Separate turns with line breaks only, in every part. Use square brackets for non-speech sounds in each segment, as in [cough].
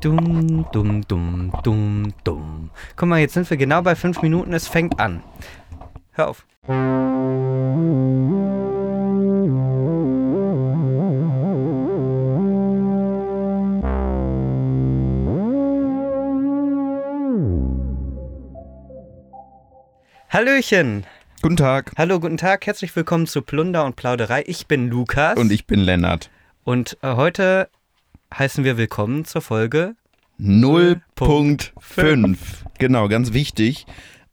Dumm, dumm, dumm, dumm, dumm. Guck mal, jetzt sind wir genau bei fünf Minuten. Es fängt an. Hör auf. Hallöchen.
Guten Tag.
Hallo, guten Tag. Herzlich willkommen zu Plunder und Plauderei. Ich bin Lukas.
Und ich bin Lennart.
Und äh, heute heißen wir willkommen zur Folge.
0.5. Genau, ganz wichtig.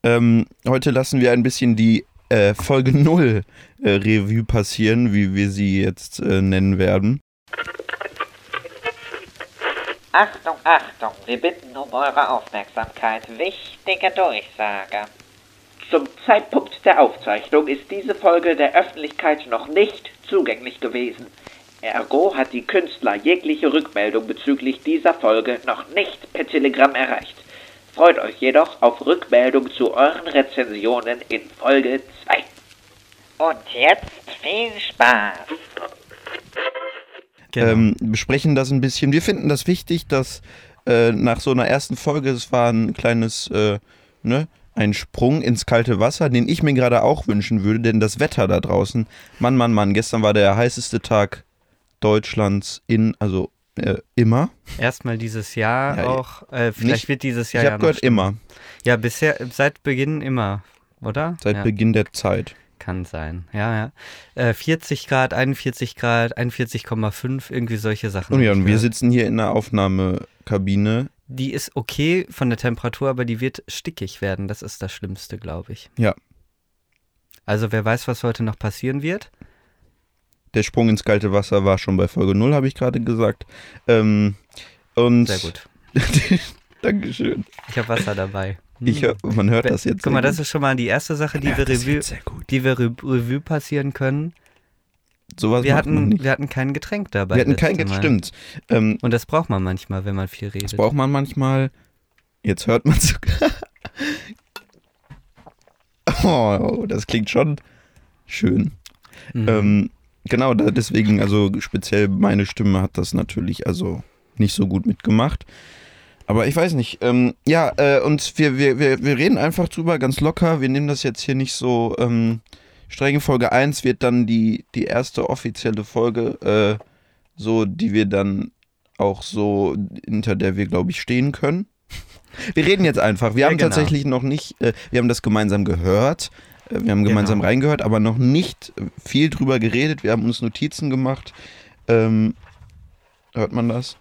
Ähm, heute lassen wir ein bisschen die äh, Folge 0 äh, Revue passieren, wie wir sie jetzt äh, nennen werden.
Achtung, Achtung, wir bitten um eure Aufmerksamkeit. Wichtige Durchsage.
Zum Zeitpunkt der Aufzeichnung ist diese Folge der Öffentlichkeit noch nicht zugänglich gewesen. Ergo hat die Künstler jegliche Rückmeldung bezüglich dieser Folge noch nicht per Telegramm erreicht. Freut euch jedoch auf Rückmeldung zu euren Rezensionen in Folge 2.
Und jetzt viel Spaß.
Genau.
ähm, besprechen das ein bisschen. Wir finden das wichtig, dass äh, nach so einer ersten Folge, es war ein kleines, äh, ne, ein Sprung ins kalte Wasser, den ich mir gerade auch wünschen würde, denn das Wetter da draußen, Mann, Mann, Mann, gestern war der heißeste Tag Deutschlands in, also äh, immer.
Erstmal dieses Jahr
Ja,
auch. Äh, vielleicht
nicht-
wird dieses
Ich
Jahr ja
habe
noch
gehört, immer,
Ja, bisher, seit Beginn immer, oder?
seit
ja,
Beginn der Zeit.
Kann sein, ja, ja. Äh, 40 Grad, 41 Grad, 41,5, irgendwie solche Sachen.
Und
hab
ja,
ich
und wir
gehört.
sitzen hier in der Aufnahmekabine.
Die ist okay von der Temperatur, aber die wird stickig werden. Das ist das Schlimmste, glaube ich.
Ja,
Also wer weiß, was heute noch passieren wird.
der Sprung ins kalte Wasser war schon bei Folge 0, habe ich gerade gesagt. Ähm, und
Sehr gut.
[laughs] Dankeschön.
Ich habe Wasser dabei. Hm.
[laughs] Ich, hör- man hört das jetzt.
Guck mal, das ist schon mal die erste Sache, die wir Revue,
Sehr gut.
die wir Re Revue passieren können.
Sowas
Wir
macht man
hatten,
nicht.
wir hatten kein Getränk dabei.
Wir hatten kein
letztes Mal.
Stimmt. Ähm,
Und das braucht man manchmal, wenn man viel redet.
das braucht man manchmal. Jetzt hört man sogar. [laughs] oh, das klingt schon schön.
Mhm.
Ähm, genau, da deswegen, also speziell meine Stimme hat das natürlich also nicht so gut mitgemacht. Aber ich weiß nicht. Ähm, ja, äh, und wir, wir, wir, wir reden einfach drüber, ganz locker. Wir nehmen das jetzt hier nicht so ähm, streng. Folge 1 wird dann die, die erste offizielle Folge, äh, so, die wir dann auch so, hinter der wir, glaube ich, stehen können. Wir reden jetzt einfach. Wir
Ja,
haben
genau.
tatsächlich noch nicht, äh, wir haben das gemeinsam gehört. Äh, Wir haben gemeinsam
Genau.
reingehört, aber noch nicht viel drüber geredet. Wir haben uns Notizen gemacht. Ähm, hört man das?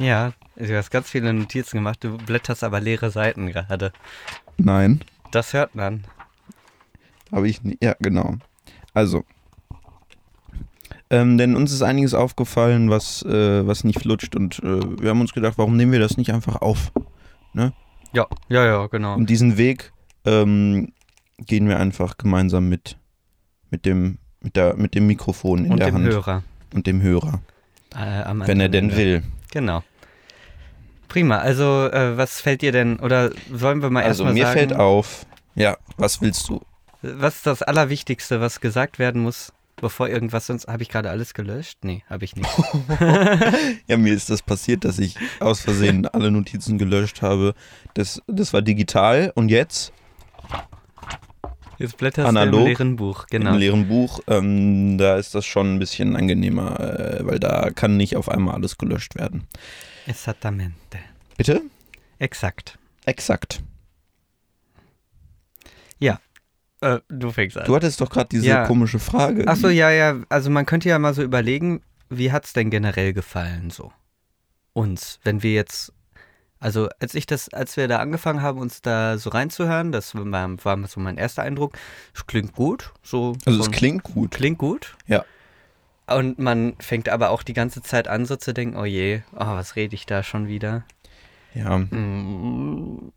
Ja, du hast ganz viele Notizen gemacht, du blätterst aber leere Seiten gerade.
Nein,
Das hört man.
habe ich nicht. Ja, genau. Also. Ähm, denn uns ist einiges aufgefallen, was, äh, was nicht flutscht. Und äh, wir haben uns gedacht, warum nehmen wir das nicht einfach auf?
Ja, ja, ja, genau.
Und diesen Weg ähm, gehen wir einfach gemeinsam mit, mit, dem, mit, der, mit dem Mikrofon in
Und
der
dem
Hand.
Hörer.
Und dem Hörer,
Äh, am
wenn er
anderen
denn
Ende.
will.
Genau. Prima, also äh, was fällt dir denn, oder sollen wir mal
Also
erstmal
mir
sagen,
fällt auf, ja, was willst du?
was ist das Allerwichtigste, was gesagt werden muss, bevor irgendwas sonst, habe ich gerade alles gelöscht? Nee, habe ich
[laughs]
nicht.
Ja, mir ist das passiert, dass ich
[laughs]
aus Versehen alle Notizen gelöscht habe. Das, das war digital und jetzt
Jetzt blätterst du im
Analog
leeren Buch, genau.
im leeren Buch, ähm, da ist das schon ein bisschen angenehmer, äh, weil da kann nicht auf einmal alles gelöscht werden.
Exactamente.
Bitte?
Exakt.
Exakt.
Äh, du fängst an.
Du hattest doch gerade diese
Ja.
komische Frage.
Achso, ja, ja. Also man könnte ja mal so überlegen, wie hat's denn generell gefallen so? Uns, wenn wir jetzt, also als ich das, als wir da angefangen haben, uns da so reinzuhören, das war, war so mein erster Eindruck, es klingt gut, so.
Also es
von-
klingt gut.
klingt gut.
Ja.
Und man fängt aber auch die ganze Zeit an, so zu denken, oh je, oh, was rede ich da schon wieder?
Ja.
Mm,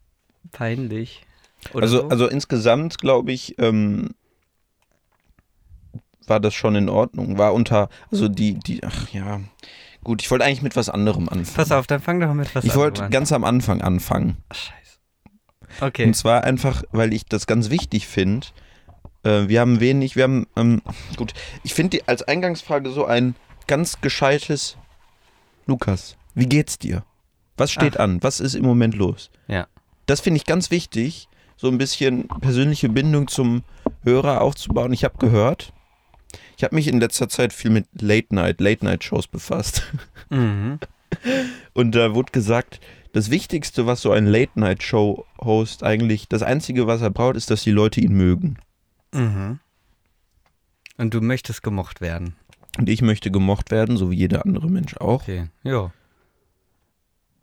Peinlich. Oder
Mhm. Also,
so.
also insgesamt, glaube ich, ähm, war das schon in Ordnung. War unter, also die, die, ach ja. Gut, ich wollte eigentlich mit was anderem anfangen.
Pass auf, dann fang doch mit was
ich wollte
anderem an.
ganz am Anfang anfangen.
Ach, scheiße. Okay.
Und zwar einfach, weil ich das ganz wichtig finde. Äh, wir haben wenig, wir haben, ähm, gut, ich finde die- als Eingangsfrage so ein ganz gescheites Lukas, wie geht's dir? Was steht an? Was ist im Moment los?
Ja.
Das finde ich ganz wichtig, so ein bisschen persönliche Bindung zum Hörer aufzubauen. Ich habe gehört, ich habe mich in letzter Zeit viel mit Late-Night, Late-Night-Shows befasst.
Mhm.
Und da wurde gesagt, das Wichtigste, was so ein Late-Night-Show-Host eigentlich, das Einzige, was er braucht, ist, dass die Leute ihn mögen.
Mhm. Und du möchtest gemocht werden.
Und ich möchte gemocht werden, so wie jeder andere Mensch auch.
Okay. Ja.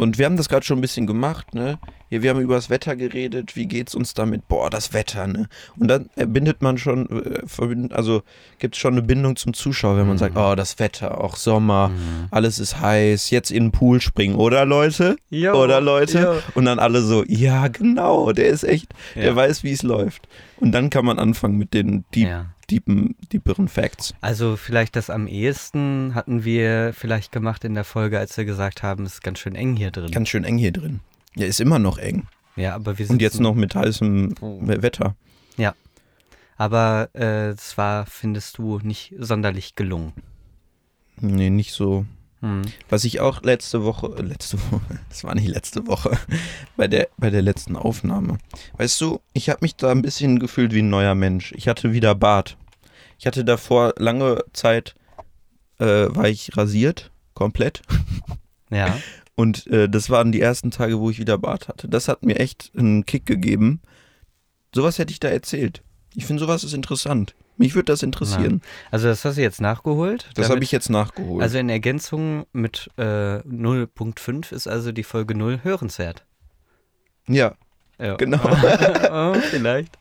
Und wir haben das gerade schon ein bisschen gemacht, ne? Hier, wir haben über das Wetter geredet, wie geht's uns damit? Boah, das Wetter, ne? Und dann äh, bindet man schon, äh, verbind- also gibt es schon eine Bindung zum Zuschauer, wenn man
Mhm.
sagt, oh, das Wetter, auch Sommer, alles ist heiß, jetzt in den Pool springen, oder Leute?
Jo,
oder Leute?
jo.
Und dann alle so, ja, genau, der ist echt,
Ja.
der weiß, wie es läuft. Und dann kann man anfangen mit den deep,
Ja.
deepen, deeperen Facts.
Also vielleicht das am ehesten hatten wir vielleicht gemacht in der Folge, als wir gesagt haben, es ist ganz schön eng hier drin.
Ganz schön eng hier drin. Ja, ist immer noch eng.
Ja, aber wir sind
Und jetzt noch mit heißem
Oh.
Wetter.
Ja. Aber äh, es war, findest du, nicht sonderlich gelungen.
Nee, nicht so.
Hm.
Was ich auch letzte Woche, äh, letzte Woche, [laughs] das war nicht letzte Woche, [laughs] bei der, bei der letzten Aufnahme. Weißt du, ich habe mich da ein bisschen gefühlt wie ein neuer Mensch. Ich hatte wieder Bart. Ich hatte davor lange Zeit, äh, war ich rasiert, komplett. [laughs]
Ja.
Und äh, das waren die ersten Tage, wo ich wieder Bart hatte. Das hat mir echt einen Kick gegeben. Sowas hätte ich da erzählt. Ich finde, sowas ist interessant. Mich würde das interessieren.
Also das hast du jetzt nachgeholt.
Das habe
Damit-
ich jetzt nachgeholt.
Also in Ergänzung mit äh, 0.5 ist also die Folge 0 hörenswert.
ja,
Ja.
genau.
[laughs] Oh, vielleicht.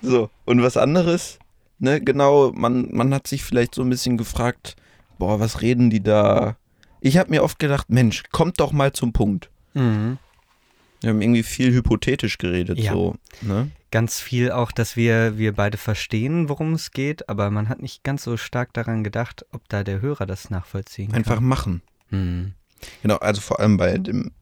So, und was anderes, ne, genau, man, man hat sich vielleicht so ein bisschen gefragt, boah, was reden die da? Ich habe mir oft gedacht, Mensch, kommt doch mal zum Punkt.
Mhm.
Wir haben irgendwie viel hypothetisch geredet,
Ja.
so, ne?
Ganz viel auch, dass wir, wir beide verstehen, worum es geht, aber man hat nicht ganz so stark daran gedacht, ob da der Hörer das nachvollziehen kann.
Einfach machen.
Mhm.
Genau, also vor allem bei dem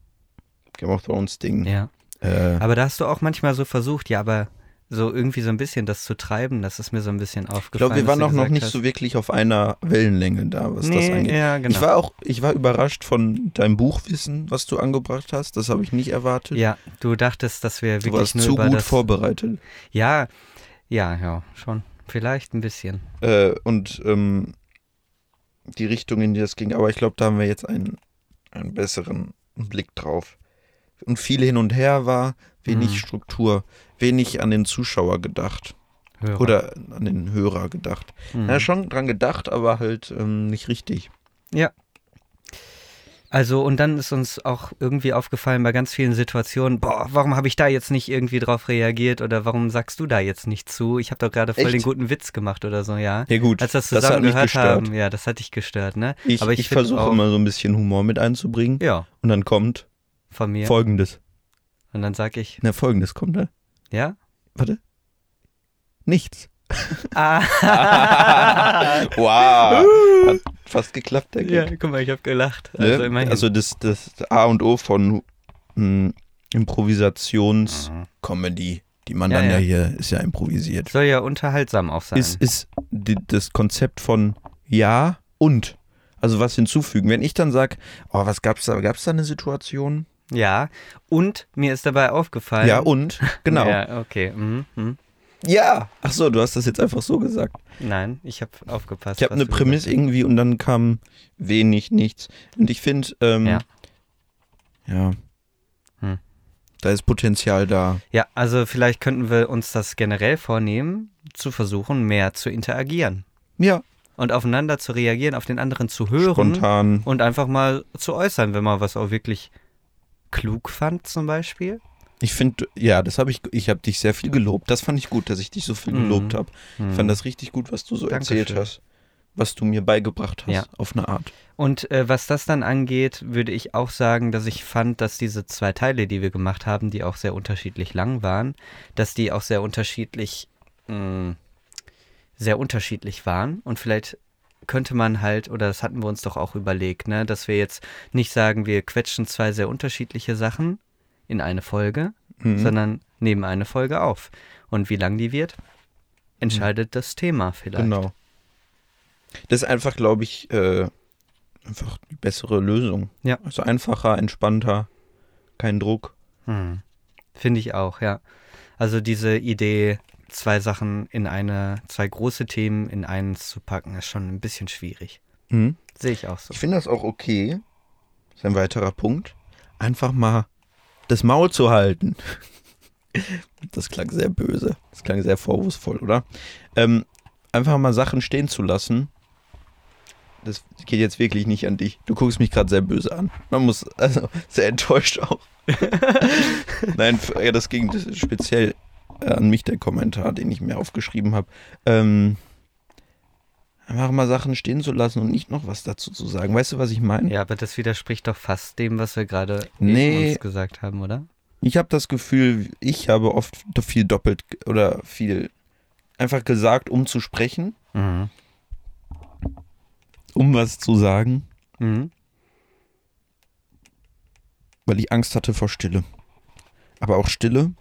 Game of Thrones Ding.
Ja.
Äh,
Aber da hast du auch manchmal so versucht, ja, aber so irgendwie so ein bisschen das zu treiben, das ist mir so ein bisschen
ich
aufgefallen.
glaube, wir
dass
waren
du
auch noch
gesagt
nicht
hast,
so wirklich auf einer Wellenlänge da, was das
Nee,
angeht.
ja, genau.
Ich war auch, ich war überrascht von deinem Buchwissen, was du angebracht hast. Das habe ich nicht erwartet.
Ja, du dachtest, dass wir
du
wirklich
warst
nur
zu
über
gut
das.
vorbereitet.
Ja, ja, ja, schon. Vielleicht ein bisschen.
äh, und ähm, die Richtung, in die das ging. Aber ich glaube, da haben wir jetzt einen, einen besseren Blick drauf. Und viel hin und her war, wenig Struktur, wenig an den Zuschauer gedacht
Hörer.
oder an den Hörer gedacht. Ja, schon dran gedacht, aber halt ähm, nicht richtig.
Ja. Also, und dann ist uns auch irgendwie aufgefallen bei ganz vielen Situationen, boah, warum habe ich da jetzt nicht irgendwie drauf reagiert oder warum sagst du da jetzt nicht zu? Ich habe doch gerade voll
Echt?
den guten Witz gemacht oder so, ja.
Ja, gut,
Als wir das
das hat
zusammen
mich
gehört
gestört.
haben, ja, das hat dich gestört, ne?
Ich,
Aber
ich,
find auch-
versuche immer so ein bisschen Humor mit einzubringen.
Ja,
Und dann kommt
von mir.
folgendes.
Und dann sag ich,
Na, folgendes kommt da. [laughs]
ja? [laughs]
Warte. Nichts.
Ah,
[laughs] Wow. Hat fast geklappt, der Gag.
ja, guck mal, ich habe gelacht.
Ne?
Also immerhin.
also das, das A und O von hm, Improvisations-Comedy, die man
Ja,
dann ja.
ja.
hier, ist ja improvisiert.
Soll ja unterhaltsam auch sein.
Ist, ist die, das Konzept von Ja und. Also was hinzufügen. Wenn ich dann sage, oh, was gab's da? Gab's da eine Situation?
ja, und mir ist dabei aufgefallen.
Ja
[laughs]
und, genau. Ja.
Ja, okay. Mhm. Mhm.
Ach so, du hast das jetzt einfach so gesagt.
Nein, ich habe aufgepasst.
Ich habe
was
eine
du gesagt
Prämisse irgendwie und dann kam wenig, nichts. Und ich finde, ähm,
Ja.
ja,
Hm.
da ist Potenzial da.
hast. Ja, also vielleicht könnten wir uns das generell vornehmen, zu versuchen, mehr zu interagieren
Ja,
und aufeinander zu reagieren, auf den anderen zu hören
spontan.
und einfach mal zu äußern, wenn man was auch wirklich klug fand zum Beispiel.
Ich finde, ja, das habe ich, ich habe dich sehr viel gelobt. Das fand ich gut, dass ich dich so viel
Mhm.
gelobt habe. Ich
Mhm.
fand das richtig gut, was du so
Dankeschön.
erzählt hast. Was du mir beigebracht hast,
Ja.
auf eine Art.
Und äh, was das dann angeht, würde ich auch sagen, dass ich fand, dass diese zwei Teile, die wir gemacht haben, die auch sehr unterschiedlich lang waren, dass die auch sehr unterschiedlich, mh, sehr unterschiedlich waren. Und vielleicht könnte man halt, oder das hatten wir uns doch auch überlegt, ne, dass wir jetzt nicht sagen, wir quetschen zwei sehr unterschiedliche Sachen in eine Folge, sondern nehmen eine Folge auf. Und wie lang die wird, entscheidet das Thema vielleicht.
Genau. Das ist einfach, glaube ich, äh, einfach die bessere Lösung.
Ja.
Also einfacher, entspannter. kein Druck. Mhm.
Hm. Finde ich auch, ja. Also diese Idee, zwei Sachen in eine, zwei große Themen in eins zu packen, ist schon ein bisschen schwierig.
Mhm.
Sehe ich auch so.
Ich finde das auch okay. Ist ein weiterer Punkt. Einfach mal das Maul zu halten. [laughs] Das klang sehr böse. Das klang sehr vorwurfsvoll, oder? Ähm, einfach mal Sachen stehen zu lassen. Das geht jetzt wirklich nicht an dich. Du guckst mich gerade sehr böse an. Man muss, also sehr enttäuscht auch. Nein, f- ja, das ging das ist speziell äh, an mich der Kommentar, den ich mir aufgeschrieben habe. Ähm, einfach mal Sachen stehen zu lassen und nicht noch was dazu zu sagen. Weißt du, was ich meine?
Ja, aber das widerspricht doch fast dem, was wir gerade
Nee.
nee. uns gesagt haben, oder?
Ich habe das Gefühl, ich habe oft do- viel doppelt g- oder viel einfach gesagt, um zu sprechen,
Mhm.
um was zu sagen,
Mhm.
weil ich Angst hatte vor Stille. Aber auch Stille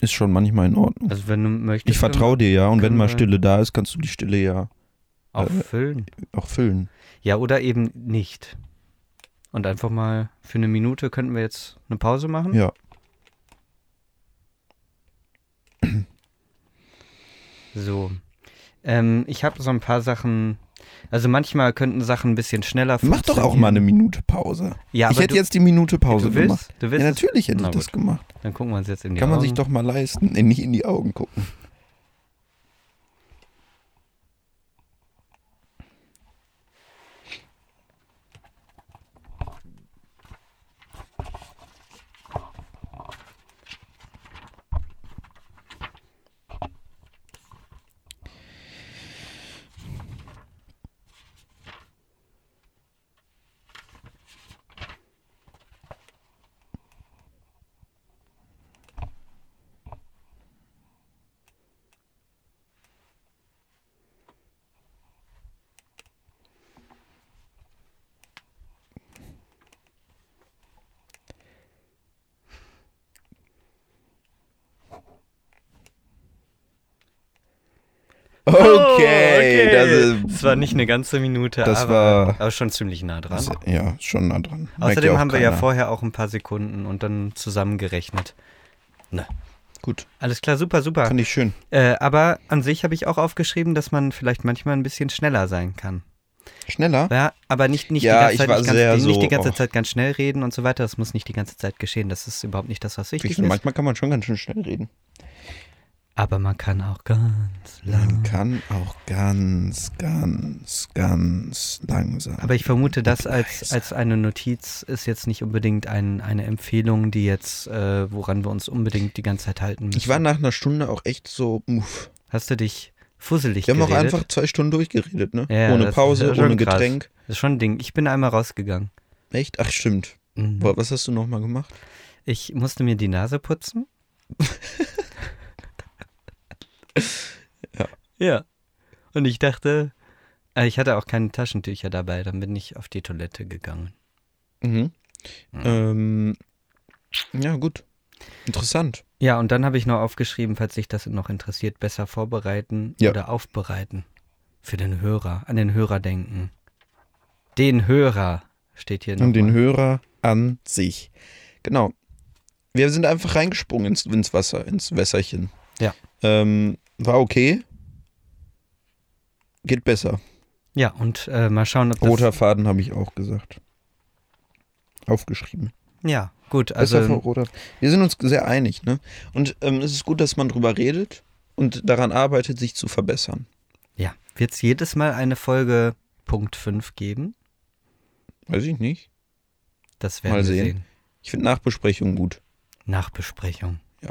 ist schon manchmal in Ordnung.
Also wenn du möchtest,
ich vertraue dir ja und wenn
können
mal
wir-
Stille da ist, kannst du die Stille ja
auch füllen.
auch füllen.
Ja, oder eben nicht. Und einfach mal für eine Minute könnten wir jetzt eine Pause machen.
Ja.
So. Ähm, ich habe so ein paar Sachen. Also manchmal könnten Sachen ein bisschen schneller
Mach doch auch mal eine Minute Pause.
Ja,
ich
aber
hätte
du-
jetzt die Minute Pause
du willst-
gemacht.
du willst
ja,
es-
natürlich hätte
Na
ich das
gut.
gemacht.
Dann gucken wir uns jetzt in die
Kann man
Augen.
sich doch mal leisten. Nee, nicht in die Augen gucken. Okay,
Oh, okay.
das ist
Das war nicht eine ganze Minute,
Das
aber,
war-
aber schon ziemlich nah dran.
Das- Ja, schon nah dran. Merkt
Außerdem
auch
haben wir ja
keiner.
vorher auch ein paar Sekunden und dann zusammengerechnet. Ne.
Gut,
Alles klar, super, super.
fand ich schön.
Äh, aber an sich habe ich auch aufgeschrieben, dass man vielleicht manchmal ein bisschen schneller sein kann.
Schneller?
Ja, aber nicht, nicht,
Ja,
die ganze
ich
Zeit,
war
nicht, ganz,
sehr
nicht
so,
die ganze
oh.
Zeit ganz schnell reden und so weiter. Das muss nicht die ganze Zeit geschehen. Das ist überhaupt nicht das, was
Ich
wichtig
finde,
ist.
manchmal kann man schon ganz schön schnell reden.
Aber man kann auch ganz lang.
Man kann auch ganz, ganz, ganz langsam.
Aber ich vermute, das als, als eine Notiz ist jetzt nicht unbedingt ein, eine Empfehlung, die jetzt, äh, woran wir uns unbedingt die ganze Zeit halten müssen.
ich war nach einer Stunde auch echt so, uff.
Hast du dich fusselig
Wir haben auch
geredet?
einfach zwei Stunden durchgeredet, ne?
Ja, das
ohne
ist
Pause,
ja schon
ohne
krass.
Getränk.
Das ist schon ein Ding. Ich bin einmal rausgegangen.
Echt? Ach, stimmt. Boah, was hast du nochmal gemacht?
Ich musste mir die Nase putzen.
Ja.
Ja. Und ich dachte, äh, ich hatte auch keine Taschentücher dabei, dann bin ich auf die Toilette gegangen.
Mhm. Ähm, ja, gut. Interessant.
Ja, und dann habe ich noch aufgeschrieben, falls sich das noch interessiert, besser vorbereiten
Ja.
oder aufbereiten. Für den Hörer, an den Hörer denken. Den Hörer steht hier
Und den
nochmal.
Hörer an sich. Genau. Wir sind einfach reingesprungen ins, ins Wasser, ins Wässerchen.
Ja.
Ähm, war okay. Geht besser.
Ja, und äh, mal schauen, ob das.
Roter Faden habe ich auch gesagt. Aufgeschrieben.
Ja, gut.
Besser von
Also,
roter. Wir sind uns sehr einig, ne? Und ähm, es ist gut, dass man drüber redet und daran arbeitet, sich zu verbessern.
ja, wird es jedes Mal eine Folge Punkt 5 geben?
Weiß ich nicht.
Das werden
Mal
wir
sehen.
sehen.
Ich finde Nachbesprechungen gut.
Nachbesprechung.
Ja.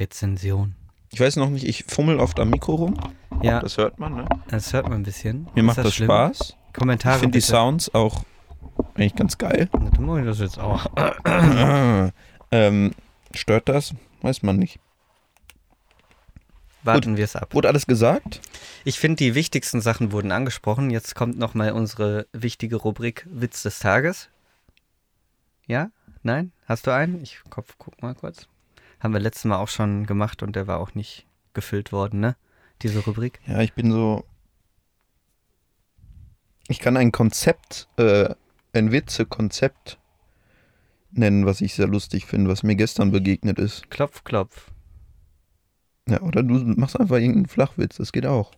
Rezension.
Ich weiß noch nicht, ich fummel oft am Mikro rum.
Ja, das,
Das hört man, ne?
hört man ein bisschen.
Mir
Ist
macht das,
schlimm?
Spaß. Ich
Kommentare
finde die
bitte.
Sounds auch eigentlich ganz
[clears throat]
geil.
Dann mache ich das jetzt auch.
[laughs] ähm, stört das? Weiß man nicht.
Warten wir es ab.
Wurde alles gesagt?
Ich finde, die wichtigsten Sachen wurden angesprochen. Jetzt kommt nochmal unsere wichtige Rubrik Witz des Tages. Ja? Nein? Hast du einen? Ich Kopf, guck mal kurz. Haben wir letztes Mal auch schon gemacht und der war auch nicht gefüllt worden, ne? Diese Rubrik.
Ja, ich bin so. Ich kann ein Konzept, äh, ein Witze-Konzept nennen, was ich sehr lustig finde, was mir gestern begegnet ist.
Klopf, klopf.
Ja, oder du machst einfach irgendeinen Flachwitz, das geht auch.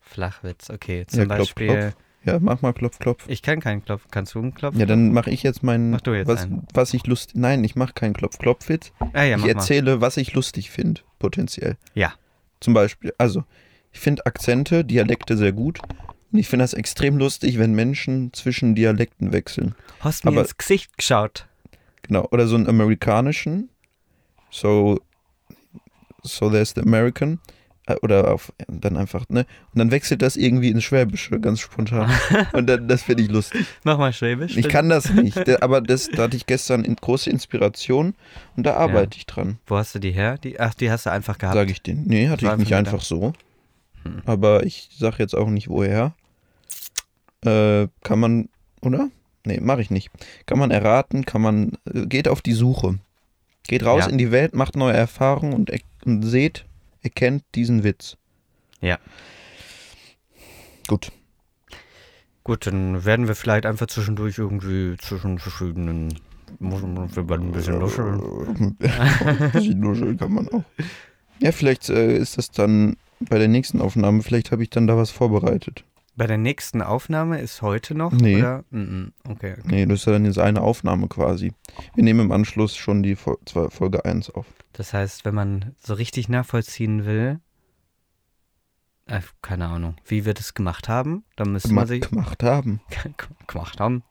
Flachwitz, okay. Zum
ja, klopf,
Beispiel,
klopf. Ja, mach mal Klopf, Klopf.
ich kann keinen Klopf. Kannst du einen Klopf?
Ja, dann mache ich jetzt meinen.
Mach du jetzt
was,
einen.
was ich lust. Nein, ich mache keinen Klopf, Klopf-Witz.
ah, ja,
ich
mach mal.
erzähle, was ich lustig finde, potenziell.
Ja.
Zum Beispiel, also, ich finde Akzente, Dialekte sehr gut. Und ich finde das extrem lustig, wenn Menschen zwischen Dialekten wechseln.
Hast mir
Aber-
ins Gesicht geschaut.
Genau. Oder so einen amerikanischen. So, so there's the American. Äh, Oder auf, dann einfach, ne? Und dann wechselt das irgendwie ins Schwäbische, ganz spontan.
[laughs]
Und dann, das finde ich lustig.
Mach mal Schwäbisch.
Ich
bitte.
kann das nicht, da- aber das, da hatte ich gestern in, große Inspiration und da arbeite ich dran,
Wo hast du die her? Die, ach, die hast du einfach gehabt.
sage ich denen. Nee, hatte
War Hm.
ich nicht
von
einfach so. Aber ich sage jetzt auch nicht, woher. Äh, kann man, oder? Nee, mache ich nicht. Kann man erraten, kann man, äh, geht auf die Suche. Geht raus
Ja.
in die Welt, macht neue Erfahrungen und, er, und seht, erkennt diesen Witz.
Ja.
Gut.
Gut, dann werden wir vielleicht einfach zwischendurch irgendwie zwischen verschiedenen. Muss man uns über ein bisschen nuscheln.
[laughs] Ein bisschen nuscheln kann man auch. Ja, vielleicht äh, ist das dann bei der nächsten Aufnahme, vielleicht habe ich dann da was vorbereitet.
Bei der nächsten Aufnahme ist heute noch?
Nee.
Oder? Mm -mm. Okay.
Nee, das ist ja dann jetzt eine Aufnahme quasi. Wir nehmen im Anschluss schon die Fol zwar Folge 1 auf.
Das heißt, wenn man so richtig nachvollziehen will, äh, keine Ahnung, wie wir das gemacht haben, dann müsste man
Mal
sich
gemacht haben.
[laughs] gemacht haben.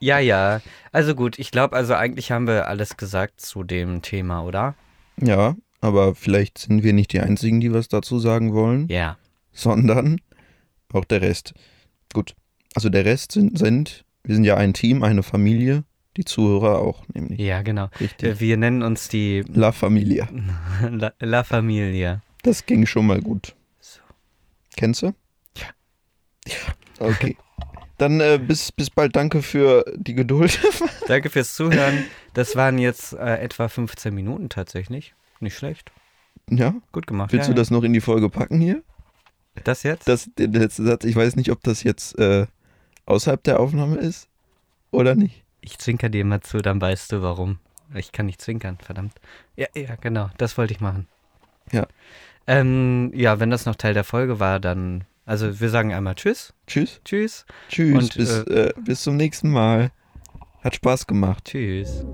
ja, ja. Also gut, ich glaube, also eigentlich haben wir alles gesagt zu dem Thema, oder?
Ja, aber vielleicht sind wir nicht die Einzigen, die was dazu sagen wollen,
Ja.
sondern auch der Rest. Gut, also der Rest sind, sind, wir sind ja ein Team, eine Familie, die Zuhörer auch, nämlich.
Ja, Mhm. genau.
Richtig.
Wir wir nennen uns die [laughs]
La Familia.
La, La Familia.
Das ging schon mal gut.
So.
Kennst du?
Ja.
Ja, okay. Dann äh, bis, bis bald. Danke für die Geduld. [laughs]
Danke fürs Zuhören. Das waren jetzt äh, etwa 15 Minuten tatsächlich. Nicht schlecht.
ja,
Gut gemacht.
willst
ja,
du das noch in die Folge packen hier?
ja. das jetzt?
Das, der der letzte Satz, ich weiß nicht, ob das jetzt äh, außerhalb der Aufnahme ist oder nicht.
Ich zwinker dir immer zu, dann weißt du warum. Ich kann nicht zwinkern, verdammt. Ja, ja, genau, das wollte ich machen.
Ja.
Ähm, ja, wenn das noch Teil der Folge war, dann. Also wir sagen einmal Tschüss,
Tschüss.
Tschüss,
Tschüss. äh,
Und,
bis, äh, bis zum nächsten Mal. Hat Spaß gemacht.
Tschüss.